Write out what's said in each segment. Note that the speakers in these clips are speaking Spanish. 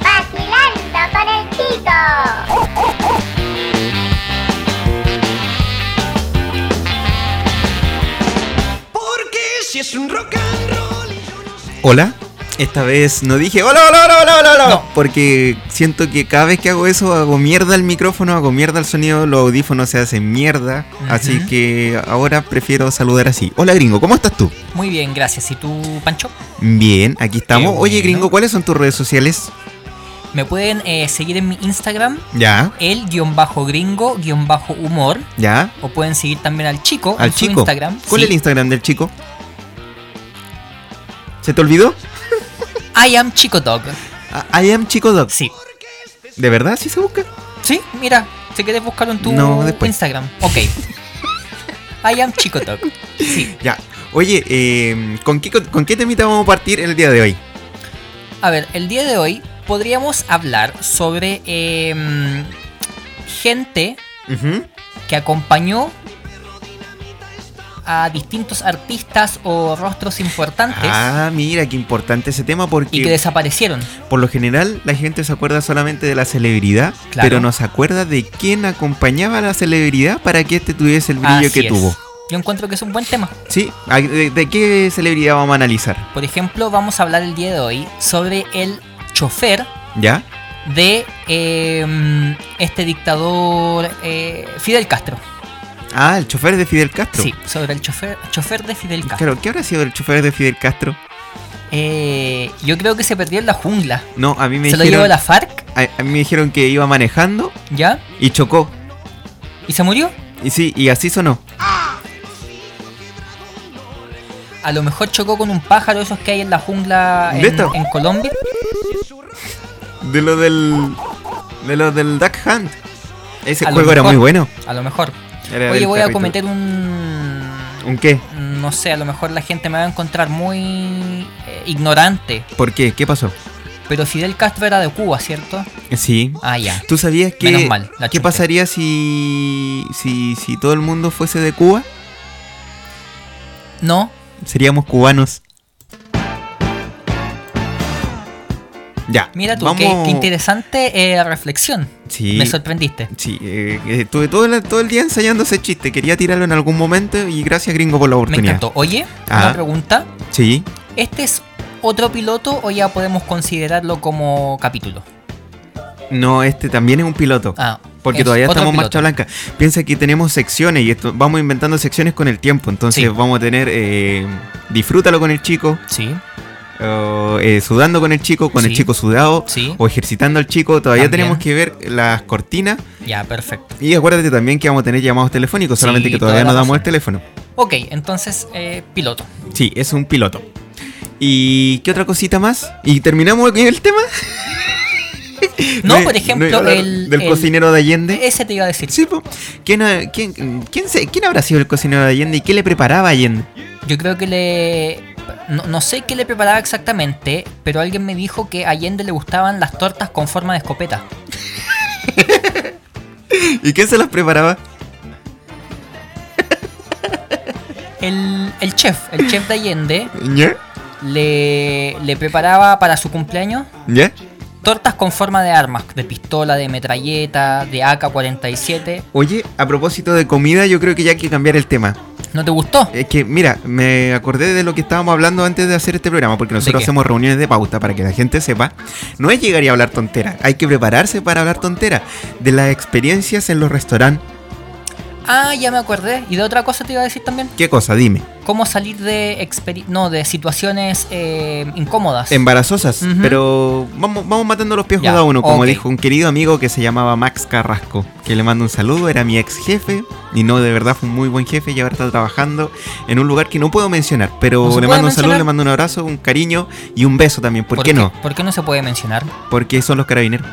Vacilando con el chico. ¿Hola? Esta vez no dije hola, hola, hola, hola, hola, hola. Porque siento que cada vez que hago eso hago mierda el micrófono, hago mierda el sonido, los audífonos se hacen mierda. Así que ahora prefiero saludar así. Hola gringo, ¿cómo estás tú? Muy bien, gracias. ¿Y tú, Pancho? Bien, aquí estamos. Qué Oye bueno. gringo, ¿cuáles son tus redes sociales? Me pueden eh, seguir en mi Instagram, Ya, el-gringo-humor. ya. O pueden seguir también al chico Al en su chico. Instagram. ¿Cuál es el Sí, Instagram del chico? ¿Se te olvidó? I am Chico Dog. Ah, I am Chico Dog. Sí. ¿De verdad? ¿Sí se busca? Sí, mira, si quieres buscarlo en tu No, después. Instagram. Ok. I am Chico Dog. Sí. Ya. Oye, eh, ¿con, qué, ¿con qué temita vamos a partir el día de hoy? A ver, el día de hoy podríamos hablar sobre em, gente Ujú. que acompañó a distintos artistas o rostros importantes Ah, mira, qué importante ese tema porque y que desaparecieron. por lo general la gente se acuerda solamente de la celebridad, Claro. pero no se acuerda de quién acompañaba a la celebridad para que este tuviese el brillo Así que es. tuvo. Yo encuentro que es un buen tema. ¿Sí? ¿A- ¿De, de qué celebridad vamos a analizar? Por ejemplo, vamos a hablar el día de hoy sobre el chofer ¿Ya? de eh, este dictador eh, Fidel Castro. Ah, el chofer de Fidel Castro. Sí, sobre el chofer, chofer de Fidel Castro. Claro, ¿qué habrá sido el chofer de Fidel Castro? Eh, yo creo que se perdió en la jungla. No, a mí me se lo llevó dijeron, la FARC, a, a mí me dijeron que iba manejando ¿ya? y chocó. ¿Y se murió? Y sí, y así sonó. A lo mejor chocó con un pájaro esos que hay en la jungla ¿De en, esto? en Colombia. De lo del de lo del Duck Hunt. Ese A lo juego era mejor. muy bueno. A lo mejor. Era Oye, del voy a perrito. cometer un... ¿Un qué? mm, No sé, a lo mejor la gente me va a encontrar muy eh, ignorante. ¿Por qué? ¿Qué pasó? Pero Fidel Castro era de Cuba, ¿cierto? Sí. Ah, ya. ¿Tú sabías que Menos mal, la qué chunté. pasaría si, si si todo el mundo fuese de Cuba? No, Seríamos cubanos. Ya. mira tú, vamos- qué, qué interesante eh, reflexión. Sí. Me sorprendiste. Sí, eh, eh, estuve todo el, todo el día ensayando ese chiste. Quería tirarlo en algún momento y gracias, gringo, por la Me oportunidad. Ah. encantó. Oye, Ajá. una pregunta. Sí. ¿Este es otro piloto o ya podemos considerarlo como capítulo? No, este también es un piloto. Ah, Porque es todavía otro estamos en marcha piloto. blanca. Piensa que tenemos secciones y esto, vamos inventando secciones con el tiempo. Entonces Sí. vamos a tener eh, disfrútalo con el chico, Sí, o, eh, sudando con el chico, con el Sí. chico sudado, sí. o ejercitando al chico. Todavía También. tenemos que ver las cortinas. Ya, perfecto. Y acuérdate también que vamos a tener llamados telefónicos, Sí, solamente que toda todavía la no damos razón. el teléfono. Ok, entonces, eh, piloto. Sí, es un piloto. ¿Y qué otra cosita más? ¿Y terminamos con el tema? No, es- por no es ejemplo, hablar el. Del el- cocinero de Allende. Ese te iba a decir. Sí, po. ¿Quién, ha- quién, quién, se- quién habrá sido el cocinero de Allende y qué le preparaba a Allende? Yo creo que le. No, no sé qué le preparaba exactamente, pero alguien me dijo que a Allende le gustaban las tortas con forma de escopeta. ¿Y quién se las preparaba? El, el chef, el chef de Allende, ¿Ya? le, le preparaba para su cumpleaños ¿Ya? tortas con forma de armas, de pistola, de metralleta, de AK-47. Oye, a propósito de comida, yo creo que ya hay que cambiar el tema. ¿No te gustó? Es que, mira, me acordé de lo que estábamos hablando antes de hacer este programa, porque nosotros qué? hacemos reuniones de pauta para que la gente sepa. No es llegar y hablar tontera, hay que prepararse para hablar tontera. De las experiencias en los restaurantes, Ah, ya me acordé. Y de otra cosa te iba a decir también. ¿qué cosa? Dime. Cómo salir de experi- no, de situaciones eh, incómodas. Embarazosas, Ujú. pero vamos, vamos matando los pies Ya, cada uno, como ok. dijo un querido amigo que se llamaba Max Carrasco, que le mando un saludo, era mi ex jefe, y no, de verdad fue un muy buen jefe y ahora está trabajando en un lugar que no puedo mencionar, pero ¿No se le puede mando un saludo, mencionar? le mando un abrazo, un cariño y un beso también, ¿por, qué no? ¿Por qué no se puede mencionar? Porque son los carabineros.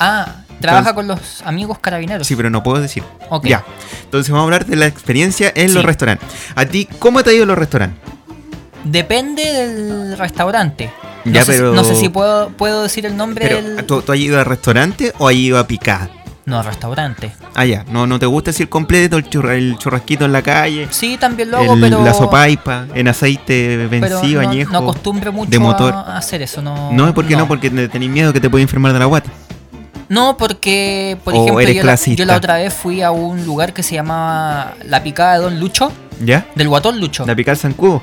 Ah, trabaja con los amigos carabineros. Sí, pero no puedo decir. Ok. Ya. Entonces vamos a hablar de la experiencia en Sí. los restaurantes. ¿A ti cómo te ha ido los restaurantes? Depende del restaurante. Ya, no, sé, si- pero- no sé si puedo, puedo decir el nombre Pero, del. ¿tú, tú has ido al restaurante o has ido a picada? No, restaurante. Ah, ya. No, no te gusta decir completo el, churra- el churrasquito en la calle. Sí, también lo hago, el- pero. La sopaipa, en aceite pero vencido, no, añejo. no acostumbro mucho de motor. a hacer eso. No, No, ¿por qué no? Porque te- tenés miedo que te pueda enfermar de la guata. No, porque, por O ejemplo, Oh, eres yo la, clasista. yo la otra vez fui a un lugar que se llamaba La Picada de Don Lucho, ¿Ya? del Guatón Lucho. La picada San Cubo.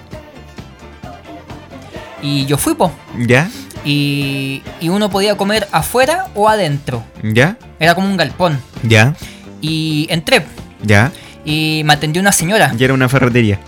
Y yo fui, po. ¿Ya? Y, y uno podía comer afuera o adentro. ¿Ya? Era como un galpón. ¿Ya? Y entré. ¿Ya? Y me atendió una señora. Ya era una ferretería.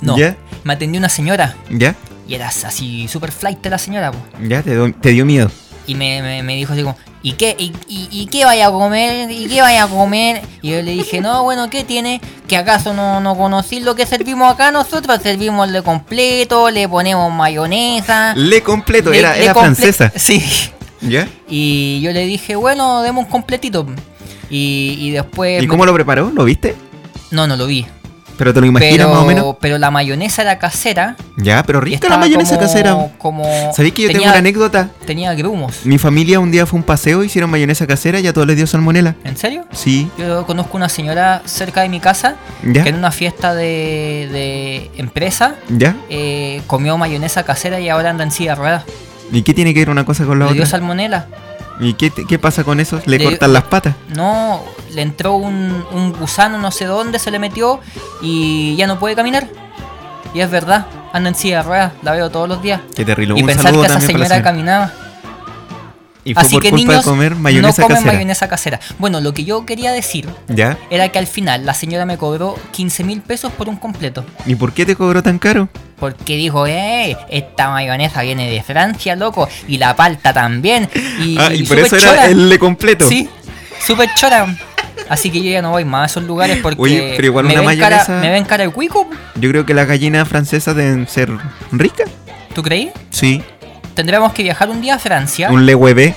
No, ¿Ya? me atendió una señora. ¿Ya? Y era así, super flight la señora, po. ¿Ya? Te, do- te dio miedo. Y me, me- me dijo así como, ¿y qué, y, y- y qué vaya a comer? ¿Y qué vaya a comer? Y yo le dije, no, bueno, ¿qué tiene? ¿Que acaso no, no conocí lo que servimos acá? Nosotros servimos le completo, le ponemos mayonesa. Le completo, le- era, le era comple- francesa. Sí. ¿Ya? Y yo le dije, bueno, demos un completito. Y, y después... ¿Y cómo lo preparó? ¿Lo viste? No, no lo vi. ¿Pero te lo imaginas Pero, más o menos? pero la mayonesa era casera. Ya, pero y rica la estaba mayonesa como- casera. Como ¿Sabéis que yo tengo tenía- una anécdota? Tenía grumos. Mi familia un día fue a un paseo, hicieron mayonesa casera y a todos les dio salmonela. ¿En serio? Sí, Yo conozco una señora cerca de mi casa ¿ya? que en una fiesta de, de empresa ¿Ya? eh, comió mayonesa casera y ahora anda en silla de ruedas. ¿Y qué tiene que ver una cosa con la Le dio otra? salmonela. ¿Y qué, te- qué pasa con eso? ¿Le, Le- cortan las patas? No, le entró un, un gusano no sé dónde, se le metió y ya no puede caminar. Y es verdad, anda en silla de ruedas, la veo todos los días. Qué terrible. y un pensar saludo que esa también para la señora señora. caminaba. Y fue Así por que culpa niños de comer no mayonesa comen casera. mayonesa casera. Bueno, lo que yo quería decir ¿Ya? era que al final la señora me cobró 15 mil pesos por un completo. ¿Y por qué te cobró tan caro? Porque dijo, eh, esta mayonesa viene de Francia, loco, y la palta también. Y, ah, y por súper eso chora. era el le completo. Sí, súper chora. Así que yo ya no voy más a esos lugares porque Oye, pero igual me, una ven mayonesa- cara, me ven cara de cuico, Yo creo que las gallinas francesas deben ser ricas. ¿tú creí? Sí. Tendremos que viajar un día a Francia, Un le huevé.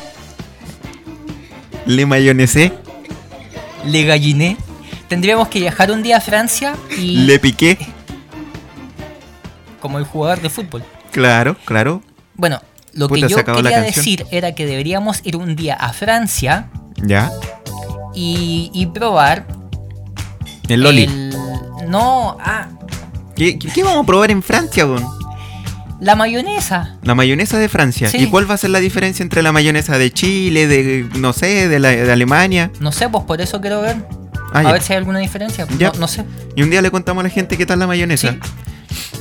Le mayonesé. le galliné. Tendríamos que viajar un día a Francia y... Le piqué. Como el jugador de fútbol. Claro, claro. Bueno, lo Puta, que se yo acabó la quería canción. decir era que deberíamos ir un día a Francia Ya. y, y probar... El Loli. el- No, ah, ¿Qué, qué, qué vamos a probar en Francia, weón? la mayonesa. La mayonesa de Francia. Sí. ¿Y cuál va a ser la diferencia entre la mayonesa de Chile, de, no sé, de, la, de Alemania? No sé, pues por eso quiero ver. Ah, a ya. ver si hay alguna diferencia. Ya. No, no sé. Y un día le contamos a la gente qué tal la mayonesa.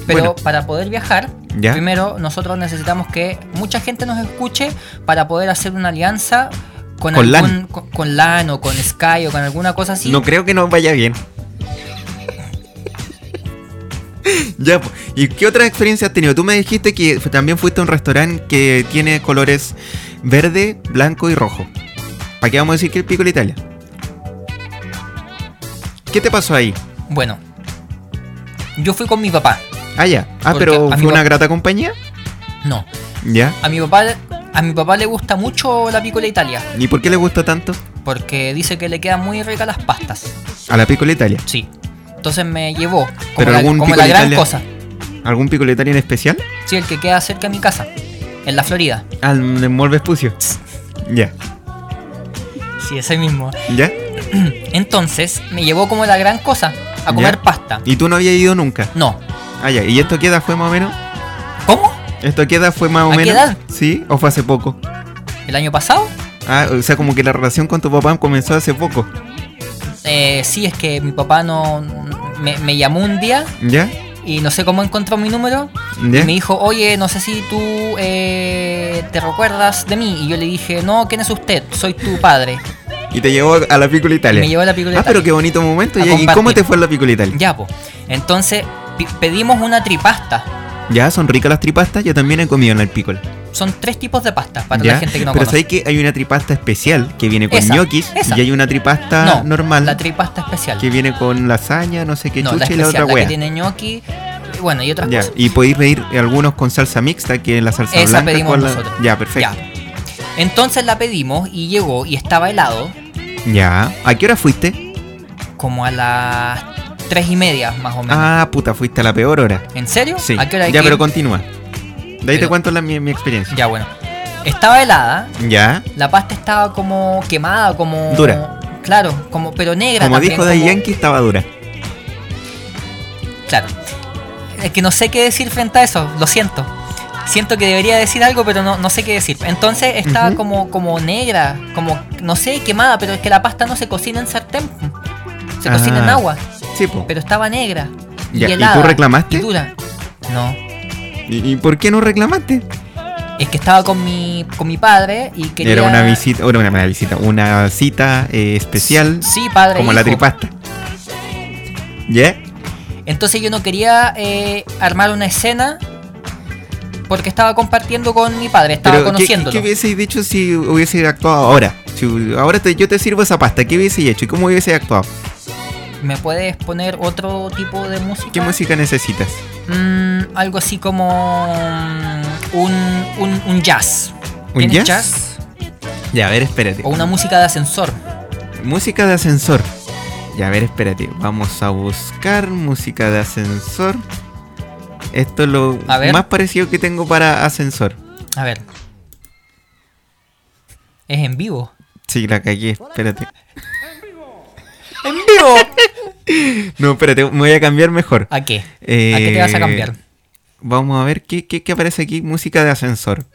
Pero Bueno. para poder viajar, Ya. primero nosotros necesitamos que mucha gente nos escuche para poder hacer una alianza con, algún- Con LAN. Con, con LAN o con Sky o con alguna cosa así. No creo que nos vaya bien. ya, po. ¿y qué otra experiencia has tenido? Tú me dijiste que fu- también fuiste a un restaurante que tiene colores verde, blanco y rojo. ¿Para qué vamos a decir que el pico de Italia? ¿Qué te pasó ahí? Bueno, yo fui con mi papá. Ah, ya. Ah, Porque pero a mi fue una pap- grata compañía. No, Ya. a mi papá, a mi papá le gusta mucho la piccola Italia ¿Y por qué le gusta tanto? porque dice que le quedan muy ricas las pastas. A la Piccola Italia. Sí. Entonces me llevó como Pero la, algún como Piccola la gran Italia- cosa. ¿Algún Piccola Italia en especial? Sí, el que queda cerca de mi casa, en la Florida. Al del Mall Vespucio. Ya, Sí, ese mismo. ya. Entonces me llevó como la gran cosa a comer Ya. pasta. Y tú no habías ido nunca. No. Ah, ya. ¿Y esto qué edad fue más o menos? ¿Cómo? ¿Esto qué edad fue más o ¿A qué menos? edad? Sí, o fue hace poco. ¿El año pasado? Ah, o sea, como que la relación con tu papá comenzó hace poco. Eh, sí, es que mi papá no. me, me llamó un día ¿Ya? y no sé cómo encontró mi número. ¿Ya? Y me dijo, oye, no sé si tú eh, te recuerdas de mí. Y yo le dije, no, ¿quién es usted? Soy tu padre. Y te llevó a la Piccola Italia. Me llevó a la Piccola ah, Italia. pero qué bonito momento. A ¿Y- ¿Y cómo compartir. te fue en la Piccola Italia? Ya, pues. Entonces pi- pedimos una tripasta. Ya, son ricas las tripastas. Yo también he comido en el Piccola. Son tres tipos de pastas para ¿Ya? la gente que no pero conoce. sabéis que hay una tripasta especial que viene con Esa, ñoquis esa. y hay una tripasta no, normal La tripasta especial. que viene con lasaña, no sé qué no, la chucha y la especial, otra la que wea. tiene ñoqui. y Bueno, y otras Ya, cosas. y podéis pedir algunos con salsa mixta, que es la salsa Esa blanca pedimos con la- nosotros. Ya, perfecto. Ya. Entonces la pedimos y llegó y estaba helado Ya. ¿A qué hora fuiste? como a las tres y media más o menos. Ah, puta, fuiste a la peor hora. ¿En serio? Ah, Sí. ¿A qué hora hay ya, que pero ir? continúa. De ahí te Pero- cuento la, mi, mi experiencia. Ya, bueno. Estaba helada, Ya. la pasta estaba como quemada, como... Dura. Claro, como, pero negra Como también, dijo Day como- Yankee, estaba dura. Claro. Es que no sé qué decir frente a eso, lo siento. Siento que debería decir algo, pero no, no sé qué decir. Entonces estaba Ujú. como, como negra, como, no sé, quemada, pero es que la pasta no se cocina en sartén. Se cocina en Ah. agua, Sí, po. pero estaba negra. Y, Ya, ¿y tú helada, reclamaste? y dura. No. ¿Y, y por qué no reclamaste? Es que estaba con mi, con mi padre y quería... Era una visita, era una, una visita, una cita eh, especial, Sí, padre. como e la hijo. tripasta. ¿Ya? Entonces yo no quería eh, armar una escena porque estaba compartiendo con mi padre, estaba Pero, ¿qué, conociéndolo. ¿Qué hubieseis dicho si hubiese actuado ahora? Si hu- ahora te- yo te sirvo esa pasta, ¿qué hubiese hecho y cómo hubiese actuado? ¿Me puedes poner otro tipo de música? ¿Qué música necesitas? Mm, algo así como mm, un, un, un jazz. ¿Un ¿Tienes jazz? Ya, a ver, espérate. O una música de ascensor. Música de ascensor. Ya, a ver, espérate. Vamos a buscar música de ascensor. Esto es lo A ver. más parecido que tengo para ascensor. A ver. Es en vivo. Sí, la cagué, espérate. ¡En vivo! No, espérate, me voy a cambiar mejor. ¿A qué? ¿A qué te vas a cambiar? Eh, Vamos a ver qué, qué, qué aparece aquí. Música de ascensor.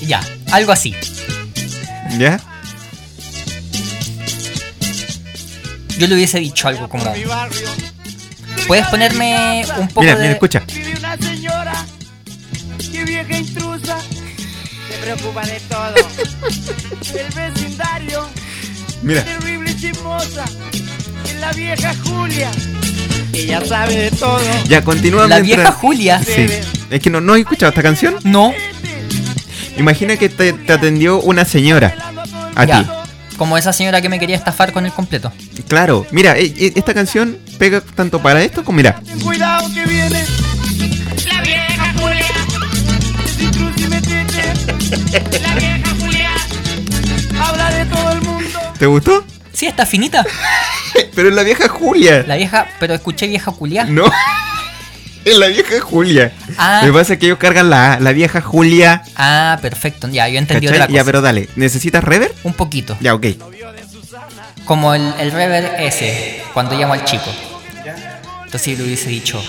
Ya, algo así. ¿Ya? Yo le hubiese dicho algo como. ¿Puedes ponerme un poco Mira, de. mira, escucha. Vive una señora, qué vieja intrusa, se preocupa de todo. El vecindario, Mira. terrible y chismosa, es la vieja Julia, ella sabe de todo. Ya, continúa La mientras- vieja Julia. Sí. Es que no, no he escuchado esta canción. No, Imagina que te, Ah. te atendió una señora. A Ya. ti. como esa señora que me quería estafar con el completo. Claro. Mira, e- e- esta canción pega tanto para esto como mira. Ten cuidado que viene, La vieja Julia, es intrusa y metete, la vieja Julia, habla de todo el mundo. ¿Te gustó? Sí, está finita. Pero es la vieja Julia. La vieja, pero escuché vieja Julia. No. Es la vieja Julia. Ah. Lo que pasa es que ellos cargan la A, la vieja Julia. Ah, perfecto. Ya, yo entendí ¿cachai? otra cosa. Ya, pero dale. ¿Necesitas rever? Un poquito. Ya, ok. Como el, el rever ese, cuando llamo al chico. Entonces yo le hubiese dicho.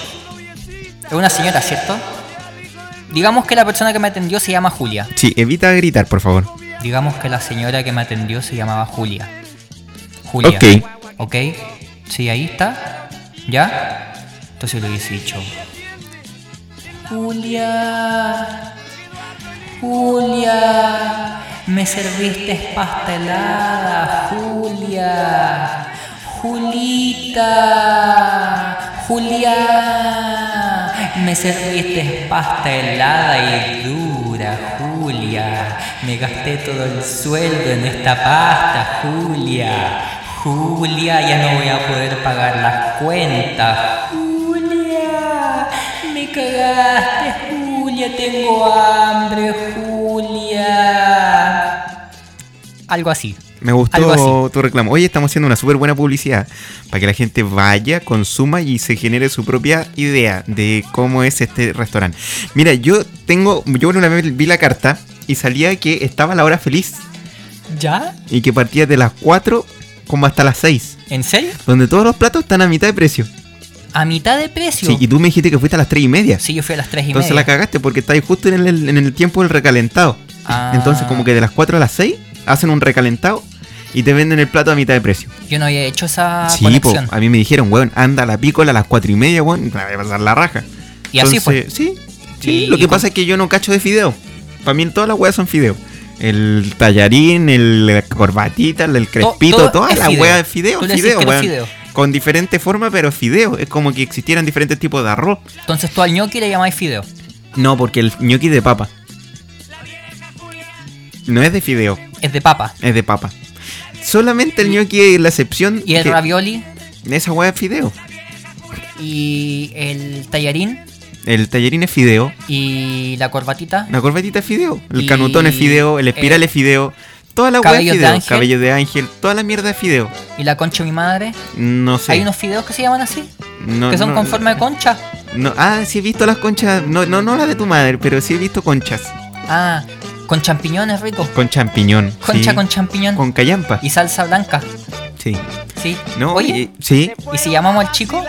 Es una señora, ¿cierto? Digamos que la persona que me atendió se llama Julia. Sí, evita gritar, por favor. Digamos que la señora que me atendió se llamaba Julia. Julia. Ok. Ok. Sí, ahí está. ¿Ya? Entonces yo le hubiese dicho. Julia. Julia. Me serviste pastelada, Julia. Julita. Julia. Me serviste pastelada y dura, Julia. Me gasté todo el sueldo en esta pasta, Julia. Julia, ya no voy a poder pagar las cuentas. Julia, me cagaste, Julia, tengo hambre, Julia. Algo así. Me Algo gustó tu reclamo. Oye, estamos haciendo una súper buena publicidad para que la gente vaya, consuma y se genere su propia idea de cómo es este restaurante. Mira, yo tengo, yo una vez vi la carta y salía que estaba la hora feliz ¿Ya? y que partía de las 4 como hasta las 6, ¿En serio? donde todos los platos están a mitad de precio. ¿A mitad de precio? Sí, y tú me dijiste que fuiste a las 3 y media. Sí, yo fui a las 3 y Entonces la media. cagaste porque estáis justo en el, en el tiempo del recalentado. Ah. Entonces como que de las 4 a las 6 hacen un recalentado y te venden el plato a mitad de precio. Yo no había hecho esa sí, po, conexión. a mí me dijeron, weón, anda a la pícola a las cuatro y media, weón, la voy a pasar la raja. Y así fue. Sí, sí. Y- lo y que con- pasa es que yo no cacho de fideo. Para mí todas las weas son fideo. El tallarín, el, la corbatita, el, el crespito, todo todas es las fideo. weas es fideo, Tú le decís fideo, que no es weón. fideo. Con diferente forma, pero es fideo. Es como que existieran diferentes tipos de arroz. Entonces tú al ñoqui le llamáis fideo. No, porque el ñoqui es de papa. No es de fideo, Es de papa. es de papa. Solamente el ñoqui es la excepción. Y el que ravioli Esa hueá es fideo. y el tallarín El tallarín es fideo, y la corbatita. la corbatita es fideo, el Y- canutón es fideo, el espiral eh, es fideo, toda la hueá es cabellos de fideo, ángel. cabello de ángel, toda la mierda es fideo. Y la concha de mi madre. No sé. Hay unos fideos que se llaman así. no- que son no- con forma de concha. no- ah, sí he visto las conchas, no, no, no la de tu madre, pero sí he visto conchas. Ah, con champiñones rico. Con champiñón. Concha sí. con champiñón. Con callampa. Y salsa blanca. Sí. Sí. No, Oye, y- sí. ¿y si llamamos al chico?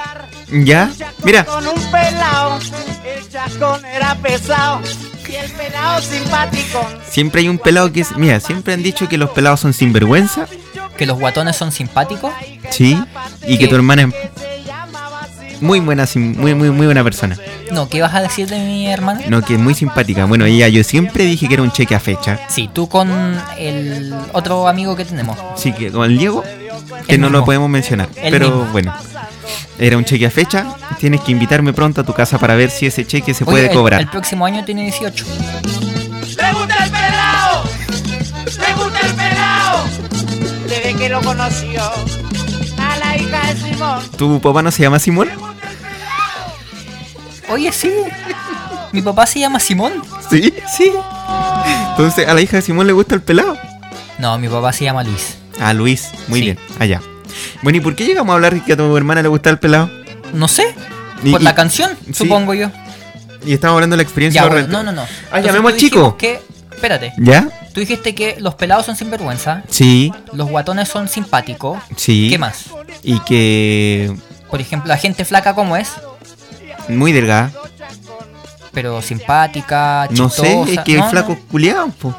Ya. Mira, Con un pelao, el chacón era pesado y el pelao simpático. siempre hay un pelado que es. Mira, siempre han dicho que los pelados son sinvergüenza. que los guatones son simpáticos. Sí. Y que Sí. tu hermana es muy buena, sim- muy, muy, muy buena persona. No, ¿qué vas a decir de mi hermana? No, que es muy simpática. Bueno, ella, yo siempre dije que era un cheque a fecha. Sí, tú con el otro amigo que tenemos. Así que con el Diego, que El no lo mismo. podemos mencionar. El pero mismo. bueno, era un cheque a fecha. Tienes que invitarme pronto a tu casa para ver si ese cheque se Oye, puede el- cobrar. El, próximo año tiene 18. ¡Le gusta el pelao! ¡Le gusta el pelao! Desde que lo conoció a la hija de Simón. ¿Tu papá no se llama Simón? Oye, sí. Mi papá se llama Simón. Sí, sí. Entonces, a la hija de Simón le gusta el pelado. No, mi papá se llama Luis. A Luis, muy Sí. bien, allá. Bueno, ¿y por qué llegamos a hablar que a tu hermana le gusta el pelado? No sé. Y- Por y- la canción, sí. supongo yo. Y estamos hablando de la experiencia Ya, bueno, correcta. no, no, no. Entonces llamemos tú al chico. dijimos Que, espérate. ¿Ya? Tú dijiste que los pelados son sinvergüenza. Sí, Los guatones son simpáticos. sí. ¿Qué más? Y que Por ejemplo, la gente flaca como es, muy delgada. pero simpática, No chistosa. sé, es que No, hay no. flacos culiados, po.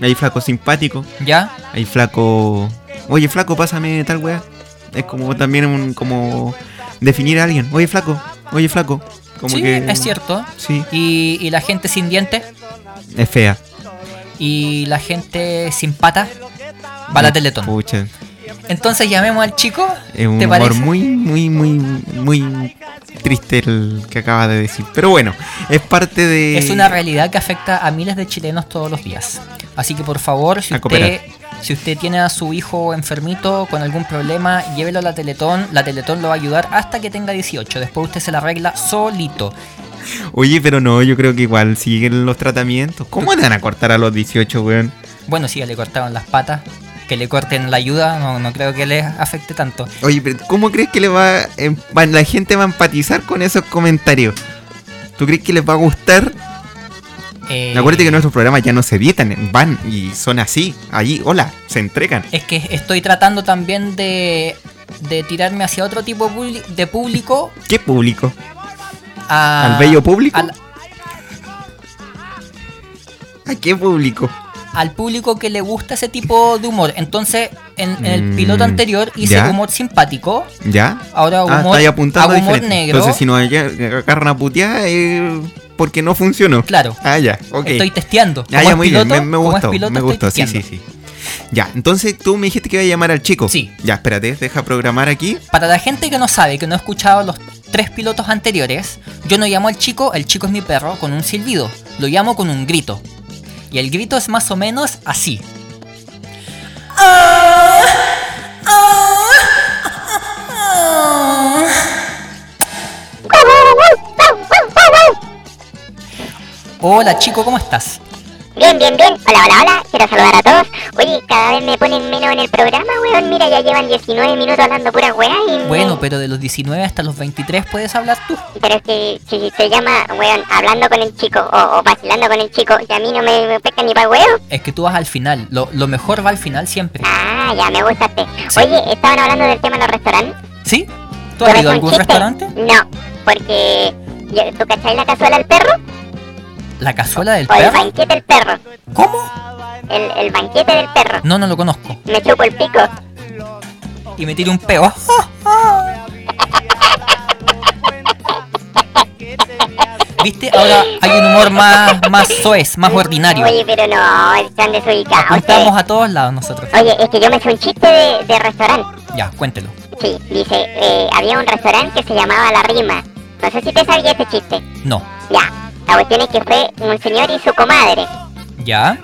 Hay flaco simpático, ¿Ya? hay flaco... Oye, flaco, pásame tal weá. Es como también un, como definir a alguien. Oye, flaco, oye, flaco. Como sí, que... es cierto. Sí, Y, y la gente sin dientes es fea. y la gente sin pata va a la Teletón. Pucha, Entonces llamemos al chico. Es un ¿Te humor parece? muy, muy, muy, muy triste el que acaba de decir. Pero bueno, es parte de. Es una realidad que afecta a miles de chilenos todos los días. Así que por favor, si A cooperar. usted, si usted tiene a su hijo enfermito con algún problema, llévelo a la Teletón. La Teletón lo va a ayudar hasta que tenga 18. Después usted se la arregla solito. Oye, pero no, yo creo que igual siguen los tratamientos. ¿Cómo le van a cortar a los 18, weón? Bueno, si ya le cortaron las patas, que le corten la ayuda, no, no creo que le afecte tanto. Oye, pero ¿cómo crees que le va, a em- va- la gente va a empatizar con esos comentarios? ¿Tú crees que les va a gustar? Eh, Acuérdate que nuestros programas ya no se editan, van y son así, allí, hola, se entregan. Es que estoy tratando también de, de tirarme hacia otro tipo publi- de público. ¿Qué público? a- ¿Al bello público? Ah, Al, ¿A qué público? al público que le gusta ese tipo de humor. Entonces, en, en el Mm, piloto anterior hice ¿ya? humor simpático. ¿Ya? Ahora Ah, humor, está ahí apuntando hago humor diferente. negro. Entonces, si nos ag- agarran a putear, eh, porque no funcionó. Claro, Ah, ya, ok. estoy testeando. ah, Como ya, es muy piloto- bien, me, me como es gustó, piloto, me estoy gustó, sí, sí, testeando. sí. Ya, entonces tú me dijiste que iba a llamar al chico. Sí. Ya, espérate, deja programar aquí. Para la gente que no sabe, que no ha escuchado los tres pilotos anteriores, yo no llamo al chico, el chico es mi perro, con un silbido. Lo llamo con un grito. Y el grito es más o menos así. Hola chico, ¿cómo estás? Bien, bien, bien. Hola, hola, hola. Quiero saludar a todos. Oye, cada vez me ponen menos en el programa, weón. Mira, ya llevan 19 minutos hablando pura weá y... Bueno, pero de los 19 hasta los 23 puedes hablar tú. Pero es que si se llama, weón, hablando con el chico o, o vacilando con el chico, y a mí no me, me pescan ni pa' weón. Es que tú vas al final, lo, lo mejor va al final siempre. Ah, ya, me gustaste. Sí. Oye, estaban hablando del tema de los restaurantes. ¿Sí? ¿Tú ¿Yo has me ido a algún conchiste? restaurante? No, porque... yo- ¿Tú cacháis la cazuela del perro? ¿La cazuela del O el perro? banquete del perro. ¿Cómo? el, el banquete del perro. No, no lo conozco. Me chupo el pico. Y me tiro un peo. ¿Viste? Ahora hay un humor más, más soez, más ordinario. Oye, pero no, están desubicados. Apuntamos a todos lados nosotros. ustedes. Oye, es que yo me hice un chiste de, de restaurante. Ya, cuéntelo. Sí, dice, eh, había un restaurante que se llamaba La Rima. No sé si te sabía ese chiste. No. Ya, la cuestión es que fue un señor y su comadre. ¿Ya?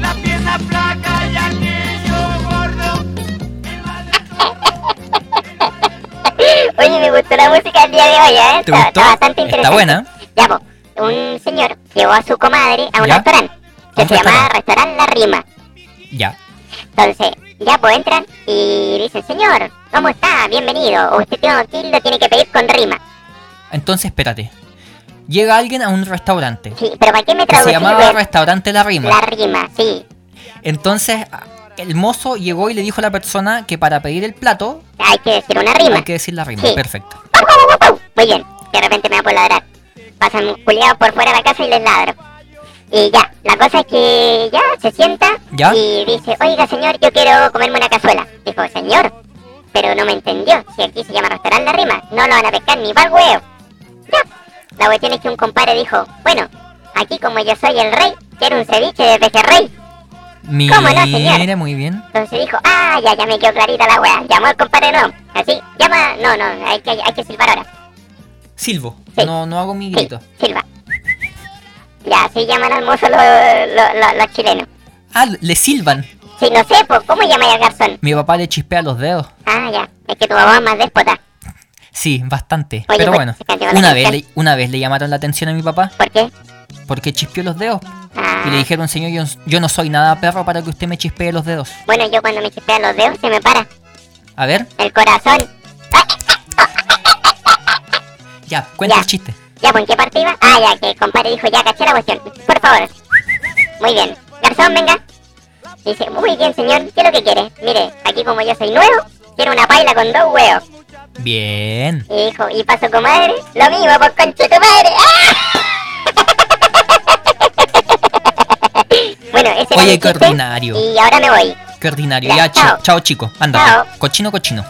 La pierna flaca y aquello gordo. Oye, me gustó la música del día de hoy, ¿eh? ¿Te Está, gustó? está bastante interesante. Está buena. Ya, po, un señor llevó a su comadre a un ¿Ya? restaurante A que un se llamaba Restaurante La Rima. Ya. Entonces, ya pues entran y dicen, señor, ¿cómo está? Bienvenido. Usted tiene un tildo, tiene que pedir con rima. Entonces, espérate. Llega alguien a un restaurante. Sí, pero ¿para qué me Que se traducí? llamaba Restaurante La Rima. la rima, sí. Entonces, el mozo llegó y le dijo a la persona que para pedir el plato Hay que decir una rima. hay que decir la rima. Sí. Perfecto. Muy bien, de repente me da por ladrar. Pasan un culiado por fuera de la casa y les ladro. Y ya, la cosa es que ya se sienta ¿Ya? y dice, oiga señor, yo quiero comerme una cazuela. Dijo, señor, pero no me entendió, si aquí se llama restaurante la rima, no lo van a pescar ni pa'l huevo. Ya, la cuestión es que un compadre dijo, bueno, aquí como yo soy el rey, quiero un ceviche de pejerrey. ¿Cómo no, señor? Mire, muy bien. Entonces dijo, ah, ya, ya me quedó clarita la wea, llamó al compadre no, así, llama, no, no, hay que, hay que silbar ahora. Silvo. Sí. No, no hago mi Sí, grito. Silva. Ya, así llaman al mozo los los- los- los chilenos. Ah, le silban. Si no sé, pues, ¿cómo llamáis al garzón? Mi papá le chispea los dedos. Ah, ya, es que tu mamá es más déspota. Sí, bastante. Oye, Pero pues, bueno, se cambió la una vez, canción. le, una vez le llamaron la atención a mi papá ¿Por qué? porque chispeó los dedos. Ah, Y le dijeron, señor, yo, yo no soy nada perro para que usted me chispee los dedos. bueno, yo cuando me chispean los dedos se me para A ver, el corazón. Ah, ya, cuenta Ya. el chiste. ya, ¿por qué parte iba? Ah, ya, que el compadre dijo, ya, caché la cuestión. Por favor. Muy bien. Garzón, venga. Dice, muy bien, señor, ¿qué es lo que quiere? Mire, aquí como yo soy nuevo, quiero una paila con dos huevos. Bien. Y dijo, ¿y para su comadre? Lo mismo, por conche tu madre. ¡Ah! bueno, ese era Oye, mi qué chiste, ordinario. Y ahora me voy. Qué ordinario. Ya, Ya, chao, chao. chao chico. Anda. Chao. Cochino, cochino.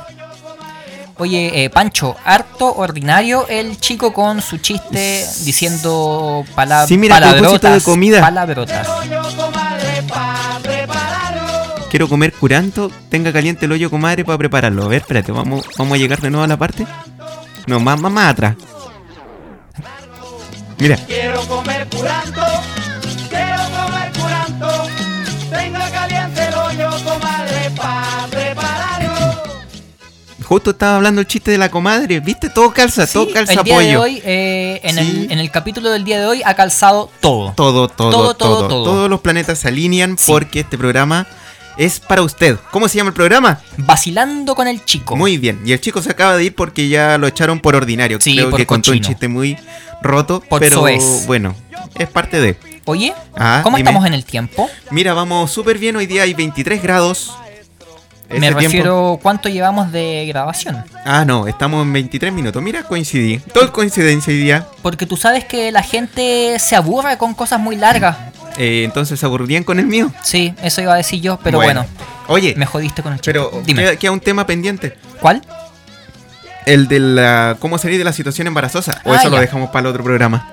Oye, eh, Pancho, harto ordinario el chico con su chiste diciendo palabras. Sí, mira, a propósito de comida. Palabrotas. Yo, comadre, pa' prepararlo. Quiero comer curanto, tenga caliente el hoyo, comadre, para prepararlo. A ver, espérate, vamos, vamos a llegar de nuevo a la parte. No, más, más, más atrás. Mira, Quiero comer curanto. Quiero comer curanto. Tenga caliente el hoyo, comadre, pa' prepararlo. justo estaba hablando el chiste de la comadre. ¿Viste? Todo calza, Sí, todo calza el día de pollo. hoy, eh, en, Sí. el, en el capítulo del día de hoy, ha calzado todo. Todo, todo, Todo, todo, todo, todo. Todos los planetas se alinean porque este programa es para usted. ¿Cómo se llama el programa? Vacilando con el chico. Muy bien. Y el chico se acaba de ir porque ya lo echaron por ordinario. Sí, Creo por que contó un cochino. chiste muy roto, Por pero soez. bueno, es parte de. Oye, Ah, ¿cómo dime. estamos en el tiempo? Mira, vamos súper bien. Hoy día hay 23 grados. Ese Me tiempo- refiero cuánto llevamos de grabación. Ah, no, estamos en 23 minutos. Mira, coincidí. Todo es coincidencia hoy día. Porque tú sabes que la gente se aburre con cosas muy largas. Eh, entonces se aburrirían con el mío. Sí, eso iba a decir yo, pero bueno, Oye, me jodiste con el chiste. pero Dime, queda, queda un tema pendiente. ¿cuál? El de la cómo salir de la situación embarazosa. O Ah, eso lo ya. dejamos para el otro programa.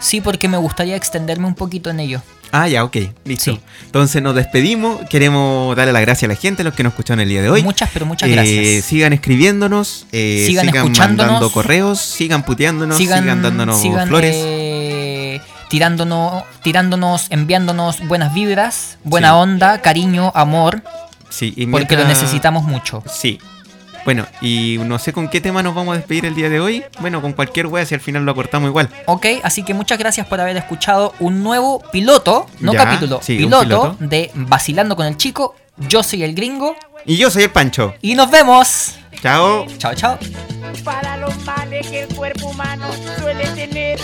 Sí, porque me gustaría extenderme un poquito en ello. Ah, ya, ok. Listo. Sí. Entonces nos despedimos. Queremos darle la gracia a la gente, a los que nos escucharon el día de hoy. Muchas, pero muchas Eh, gracias. Sigan escribiéndonos, eh, Sigan sigan, escuchándonos. mandando correos, sigan puteándonos, sigan, dándonos sigan, flores. eh, tirándonos, tirándonos, enviándonos buenas vibras, buena Sí. onda, cariño, amor, Sí, y porque mientras- lo necesitamos mucho. Sí. Bueno, y no sé con qué tema nos vamos a despedir el día de hoy. Bueno, con cualquier wea, si al final lo acortamos igual. Ok, así que muchas gracias por haber escuchado un nuevo piloto, no Ya, capítulo, sí, un piloto, piloto. de Vacilando con el Chico. Yo soy el gringo Y yo soy el Pancho. y nos vemos. Chao. Chao, chao. para los males que el cuerpo humano suele tener.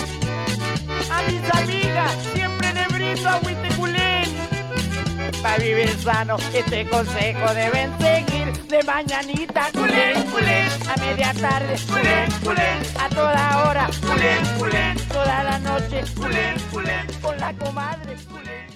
A mis amigas siempre le brindo agüita y culín. Para vivir sano, este consejo deben seguir de mañanita. Culín, culín. A media tarde. Culín, culín. A toda hora. Culín, culín. Toda la noche. Culín, culín. Con la comadre. Culín.